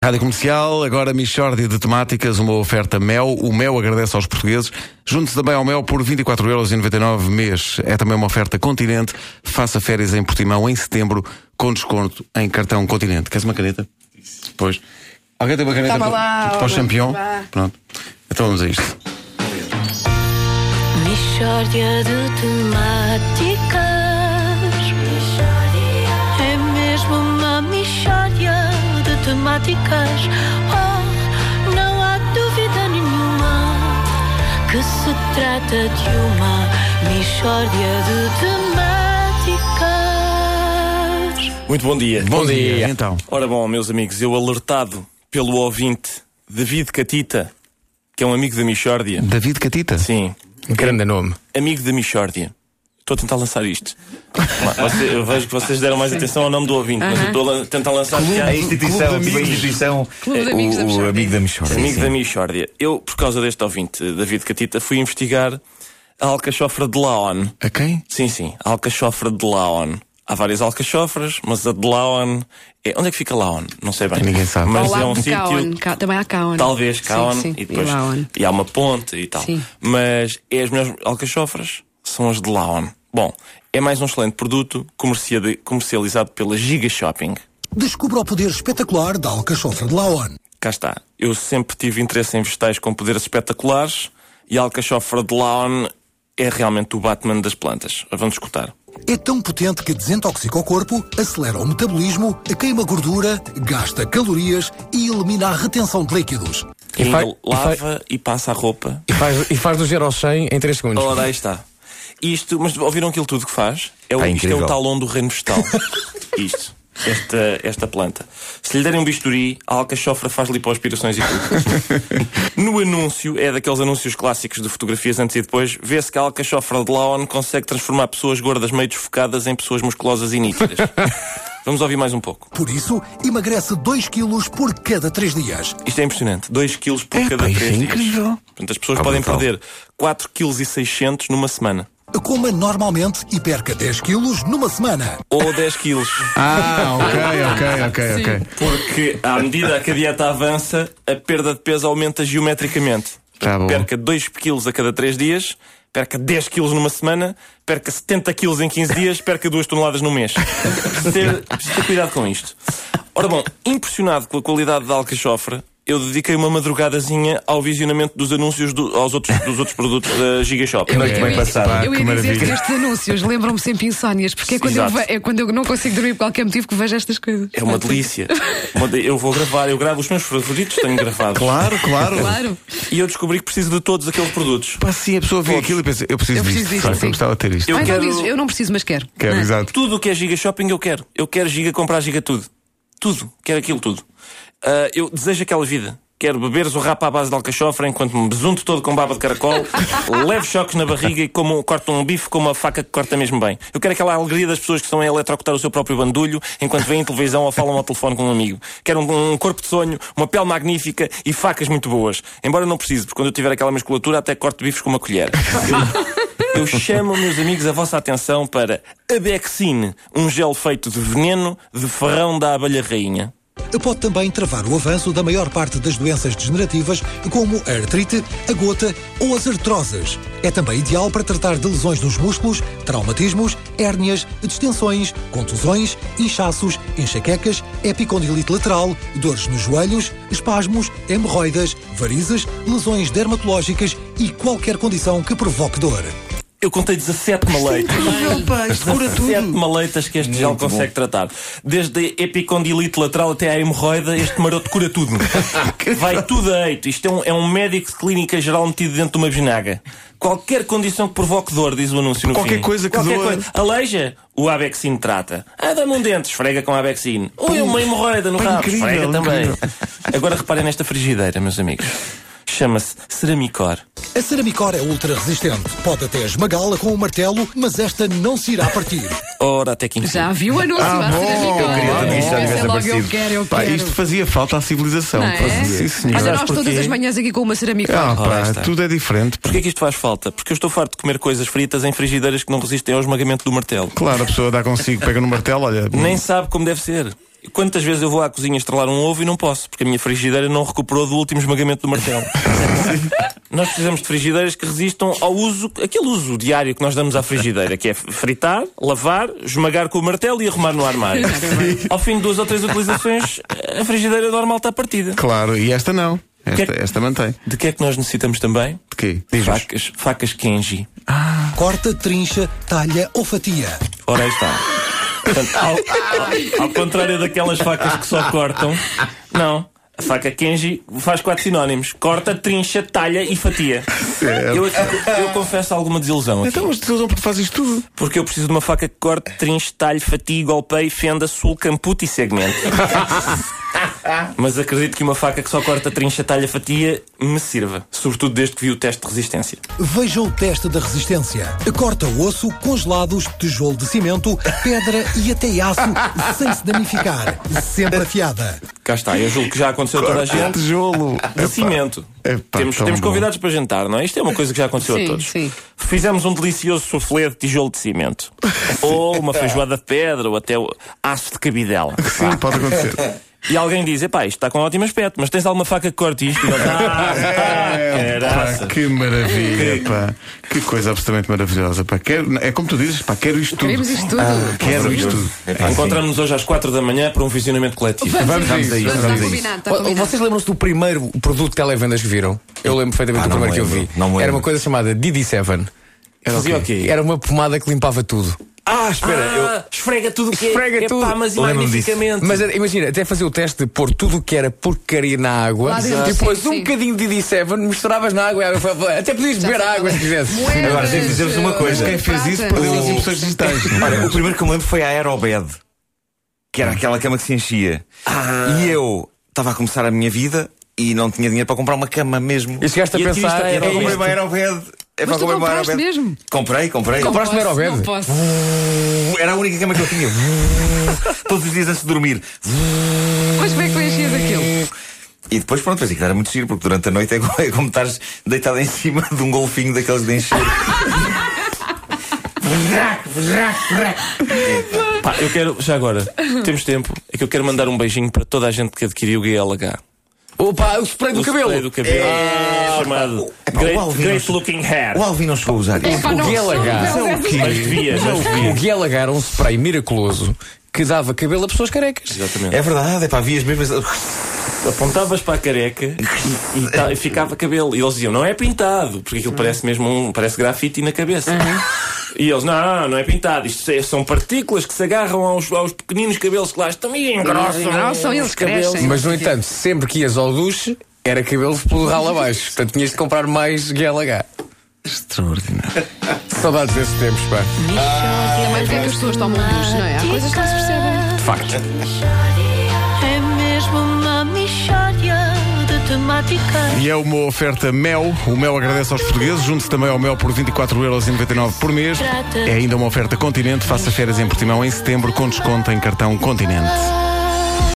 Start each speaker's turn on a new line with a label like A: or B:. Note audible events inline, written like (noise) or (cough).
A: Rádio Comercial, agora Michórdia de Temáticas, uma oferta Mel. O Mel agradece aos portugueses. Junte-se também ao Mel por 24,99€ mês. É também uma oferta Continente. Faça férias em Portimão em setembro, com desconto em cartão Continente. Queres uma caneta? Pois. Alguém tem uma caneta
B: Toma lá,
A: para, para o
B: homem,
A: campeão?
B: vá.
A: Pronto. Então vamos a isto.
C: Mishória de temáticas É mesmo uma mishória de temáticas Oh, não há dúvida nenhuma Que se trata de uma mishória de temáticas
D: Muito bom dia.
A: Bom dia. Então,
D: Ora bom, meus amigos, eu alertado pelo ouvinte David Catita, que é um amigo da Michórdia.
A: David Catita.
D: Sim,
E: Grande nome.
D: amigo da Michórdia. Estou a tentar lançar isto. Você- eu vejo que vocês deram mais atenção ao nome do ouvinte, mas eu estou a lan- tentar lançar já.
F: A instituição, tipo a instituição,
B: Clube de
F: eh,
B: Amigos da
F: o,
B: Michórdia.
F: o amigo da Michordia.
D: Amigo da Michórdia. Eu, por causa deste ouvinte, eh, David Catita, fui investigar a alcachofra de Laon.
A: A quem?
D: Sim, sim, a alcachofra de Laon. Há várias alcachofras, mas a de Laon é. Onde é que fica Laon? Não sei bem.
A: Ninguém sabe.
D: Mas
B: Ao lado
D: é um
B: de Caon,
D: sítio
B: Ca- também há Caon.
D: Talvez Caon
B: Sim, sim.
D: e depois.
B: Laon.
D: E há uma ponte e tal.
B: Sim.
D: Mas é as melhores alcachofras são as de Laon. Bom, é mais um excelente produto comerciado- comercializado pela Giga Shopping.
G: Descubra o poder espetacular da alcachofra de Laon.
D: Cá está. Eu sempre tive interesse em vegetais com poderes espetaculares e a alcachofra de Laon é realmente o Batman das plantas. Vamos escutar.
G: É tão potente que desintoxica o corpo, acelera o metabolismo, queima gordura, gasta calorias e elimina a retenção de líquidos.
D: E
E: fa-
D: ainda
E: e fa-
D: lava e passa a roupa
E: E faz, e faz do 0 ao 100 em 3 segundos.
D: Ora, aí está. Isto, mas ouviram aquilo tudo que faz? É o,
F: Pá,
D: isto é o
F: incrível.
D: talão do reino vegetal. isto. Esta, esta planta. Se lhe derem um bisturi, a alcachofra faz lipoaspirações e tudo. no anúncio, é daqueles anúncios clássicos de fotografias antes e depois, vê-se que a alcachofra de Laon consegue transformar pessoas gordas meio desfocadas em pessoas musculosas e nítidas. Vamos ouvir mais um pouco.
G: Por isso, emagrece 2 quilos por cada 3 dias.
D: Isto é impressionante. 2 kg por cada 3
A: isto é
D: dias.
A: incrível. Ah,
D: Portanto, as pessoas podem perder 4,6 kg numa semana.
G: Coma normalmente e perca 10 quilos numa semana.
D: Ou
A: (laughs)
D: 10 quilos.
A: Ah, ok, ok, ok, ok.
D: Porque à medida que a dieta avança, a perda de peso aumenta geometricamente.
A: Tá bom.
D: Perca 2 quilos a cada 3 dias, perca 10 quilos numa semana, perca 70 quilos em 15 dias, perca 2 toneladas num mês. Precisa ter, precisa ter cuidado com isto. Ora bom, impressionado com a qualidade da alcachofra, eu dediquei uma madrugadazinha ao visionamento dos anúncios do- aos outros, dos outros produtos da Giga Shop.
A: É
F: Noite
B: Eu
F: bem
B: ia-
F: passada.
B: Eu
A: que
B: ia dizer que
A: maravilha.
B: estes anúncios lembram-me sempre insónias, porque é quando, eu,
D: Exato.
B: ve- é quando eu não consigo dormir por qualquer motivo que vejo estas coisas.
D: É uma delícia. Uma de- Eu vou gravar, eu gravo os meus favoritos, tenho gravados.
A: Claro, claro.
B: Claro.
D: E eu descobri que preciso de todos aqueles produtos.
A: Pá, sim, a pessoa vê
D: Todos.
A: aquilo e pensa, eu preciso
B: Eu preciso
A: disto.
B: disto,
A: Claro,
B: sim.
A: eu gostava de ter isto.
D: Eu
B: Ah, então
D: quero-
B: dizes, eu não preciso, mas quero.
A: Quero,
B: Não é?
A: exato.
D: Tudo o que é Giga Shopping eu quero. Eu quero Giga comprar Giga tudo. Tudo. Quero aquilo tudo. Ah, eu desejo aquela vida. Quero beber zurrapa à base de alcachofra enquanto me besunto todo com baba de caracol, levo choques na barriga e como, corto um bife com uma faca que corta mesmo bem. Eu quero aquela alegria das pessoas que estão a eletrocutar o seu próprio bandulho enquanto veem televisão ou falam ao telefone com um amigo. Quero um, um corpo de sonho, uma pele magnífica e facas muito boas. Embora não precise, porque quando eu tiver aquela musculatura até corto bifes com uma colher. Eu chamo, meus amigos, a vossa atenção para Abexine, um gel feito de veneno de ferrão da abelha rainha.
G: Pode também travar o avanço da maior parte das doenças degenerativas, como a artrite, a gota ou as artroses. É também ideal para tratar de lesões nos músculos, traumatismos, hérnias, distensões, contusões, inchaços, enxaquecas, epicondilite lateral, dores nos joelhos, espasmos, hemorroidas, varizes, lesões dermatológicas e qualquer condição que provoque dor.
D: Eu contei 17 maleitas. Cura 17 maleitas que este gel consegue tratar. Desde a epicondilite lateral até à hemorroida, este maroto
A: (laughs)
D: cura tudo. Vai tudo a eito. Isto é um, é um médico de clínica geral metido dentro de uma bisnaga. Qualquer condição que provoque dor, diz o anúncio no
A: Qualquer
D: fim.
A: coisa que doa.
D: Aleija, o Abexine trata. Ah, dá-me um dente, esfrega com a Abexine. Ui, uma hemorroida no
A: pá,
D: rabo,
A: tá incrível,
D: esfrega também.
A: incrível.
D: Agora reparem nesta frigideira, meus amigos. Chama-se Ceramicor.
G: A ceramicor é ultra resistente. Pode até esmagá-la com um martelo, mas esta não se irá partir.
D: Ora, até que enfim.
B: Já vi o anúncio
A: Ah,
B: à
A: bom,
B: Ceramicor.
A: eu queria também, isto já
B: Pensei
F: tivesse
B: assim, logo, eu
F: aparecido.
B: quero, eu
A: Pá,
B: quero.
A: isto fazia falta à civilização.
B: Não é?
A: Fazia, sim, senhor.
B: Olha,
D: Sabes
B: nós todas
D: porquê?
B: as manhãs aqui com uma cerâmica.
A: Ah,
D: Ora,
A: pá,
D: está.
A: tudo é diferente.
D: Porquê que isto faz falta? Porque eu estou farto de comer coisas fritas em frigideiras que não resistem ao esmagamento do martelo.
A: Claro, a pessoa dá consigo, pega no martelo, olha.
D: Nem sabe como deve ser. Quantas vezes eu vou à cozinha estrelar um ovo e não posso, porque a minha frigideira não recuperou do último esmagamento do martelo. nós precisamos de frigideiras que resistam ao uso, aquele uso diário que nós damos à frigideira, que é fritar, lavar, esmagar com o martelo e arrumar no armário. ao fim de duas ou três utilizações, a frigideira normal está partida.
A: Claro, e esta não. Esta,
D: Que-
A: esta mantém.
D: De que é que nós necessitamos também?
A: De quê? Diz-nos.
D: Facas, facas Kenji.
G: Corta, trincha, talha ou fatia.
D: Ora aí está. Portanto, ao, ao- ao contrário daquelas facas que só cortam, não. A faca Kenji faz quatro sinónimos: corta, trincha, talha e fatia. Eu, aqui- eu confesso alguma desilusão aqui.
A: Então, mas tu porque faz isto tudo.
D: Porque eu preciso de uma faca que corte, trinche, talhe, fatie, golpeie, fenda, sulca, ampute e segmente. Mas acredito que uma faca que só corta, trincha, talha, fatia me sirva. Sobretudo desde que vi o teste de resistência.
G: Veja o teste da resistência. Corta osso, congelados, tijolo de cimento, pedra e até aço, (laughs) sem se danificar. Sempre afiada.
D: Cá está, eu julgo que já aconteceu a toda a gente.
A: Tijolo.
D: De cimento.
A: Epá,
D: temos
A: tão
D: temos
A: bom.
D: convidados para jantar, não é? Isto é uma coisa que já aconteceu
B: Sim,
D: a todos.
B: sim.
D: Fizemos um delicioso soufflé de tijolo de cimento. ou uma feijoada de pedra, ou até o aço de cabidela.
A: Sim, pode acontecer.
B: (laughs)
D: E alguém diz: epá, isto está com ótimo aspecto, mas tens alguma faca que corte isto? E nós, "Ah,
A: é,
B: é,
A: Pá,
D: caraças."
A: que maravilha, pá. Que coisa absolutamente maravilhosa, pá. Quero, é como tu dizes, pá, quero isto tudo.
B: Queremos isto tudo.
A: Quero É isto tudo.
F: É
D: Encontramos-nos hoje às 4 da manhã para um visionamento coletivo.
A: Vamos a isso,
B: Vamos,
A: vamos
B: está
A: a isso.
B: combinado, está
E: Ó,
B: Tá combinado.
E: Vocês lembram-se do primeiro produto de televendas que viram? Eu lembro perfeitamente do
F: não
E: primeiro que eu
F: lembro,
E: vi.
F: não lembro.
E: Era uma coisa chamada DD7.
D: Fazia o quê?
E: Era uma pomada que limpava tudo.
D: Ah, espera, eu... esfrega tudo o que é.
E: Esfrega
D: Epá,
E: tudo.
D: mas e
F: Lembro-me disso.
D: magnificamente.
E: Mas era- imagina, até fazer o teste de pôr tudo o que era porcaria na água
B: Lá dentro,
E: e depois
B: sim,
E: um
B: sim.
E: bocadinho de DD7, misturavas na água e a água foi- até podias beber
B: sei
E: água
B: qual é.
E: se quisesse.
B: Moedas,
F: Agora, devo dizer-vos uma coisa.
A: Quem fez isso
B: prata.
A: perdeu as impressões digitais.
F: Olha, o primeiro que eu me lembro foi a Aerobed, que
A: Ah.
F: era aquela cama que se enchia. E eu estava a começar a minha vida e não tinha dinheiro para comprar uma cama mesmo.
E: E chegaste a
D: E aqui
E: pensar.
D: está,
E: "É
D: era
F: Eu
E: isto."
F: comprei uma Aerobed. É
B: Mas tu
F: comprar uma
B: compraste
F: Aerobed.
B: mesmo?
F: Comprei, comprei.
E: Comprei. Compraste no
B: Não posso,
E: Aerobed?
B: Não posso.
F: Era a única cama que eu tinha. (laughs) Todos os dias antes de dormir.
B: Mas como é que tu enchias aquilo?
F: E depois, pronto, depois aquilo era muito giro, porque durante a noite é como, é como estares deitado em cima de um golfinho daqueles de encher.
D: Pá, eu quero, já agora, temos tempo, é que eu quero mandar um beijinho para toda a gente que adquiriu o GLH.
E: Opa, o spray do
D: o
E: cabelo.
D: spray do cabelo. chamado
F: Epá, o
D: great,
F: Alvin
D: great
F: não-
D: Looking Hair.
F: O Alvin não chegou a usar isso.
B: Epá, não
E: Guela,
B: sou,
E: gás.
B: não,
E: Isso é o quê?
D: Mas devia, mas
E: O
D: devia.
E: Gallagher era um spray miraculoso que dava cabelo a pessoas carecas.
D: Exatamente.
F: É verdade, é pá, vias mesmo.
D: Apontavas para a careca e, tá, e ta- e ficava cabelo. E eles diziam, não é pintado, porque aquilo parece mesmo um, parece grafite na cabeça. E eles, não, não é pintado, isto é- são partículas que se agarram aos, aos pequeninos cabelos que lá estão e engrossam.
B: Engrossam, eles
D: os cabelos.
B: crescem.
E: Mas, no entanto, sempre que ias ao duche, era cabelo pelo ralo abaixo. Portanto, tinhas de comprar mais GLH.
A: Extraordinário.
E: Saudades desses tempos, pá.
B: Também porque é que as pessoas tomam duche, não é? Há coisas que não se percebem.
E: De facto.
C: É mesmo uma mixória de temáticas.
A: E é uma oferta Mel. O Mel agradece aos portugueses. Junte-se também ao Mel por 24,99€ por mês. É ainda uma oferta Continente. Faça férias em Portimão em setembro com desconto em cartão Continente.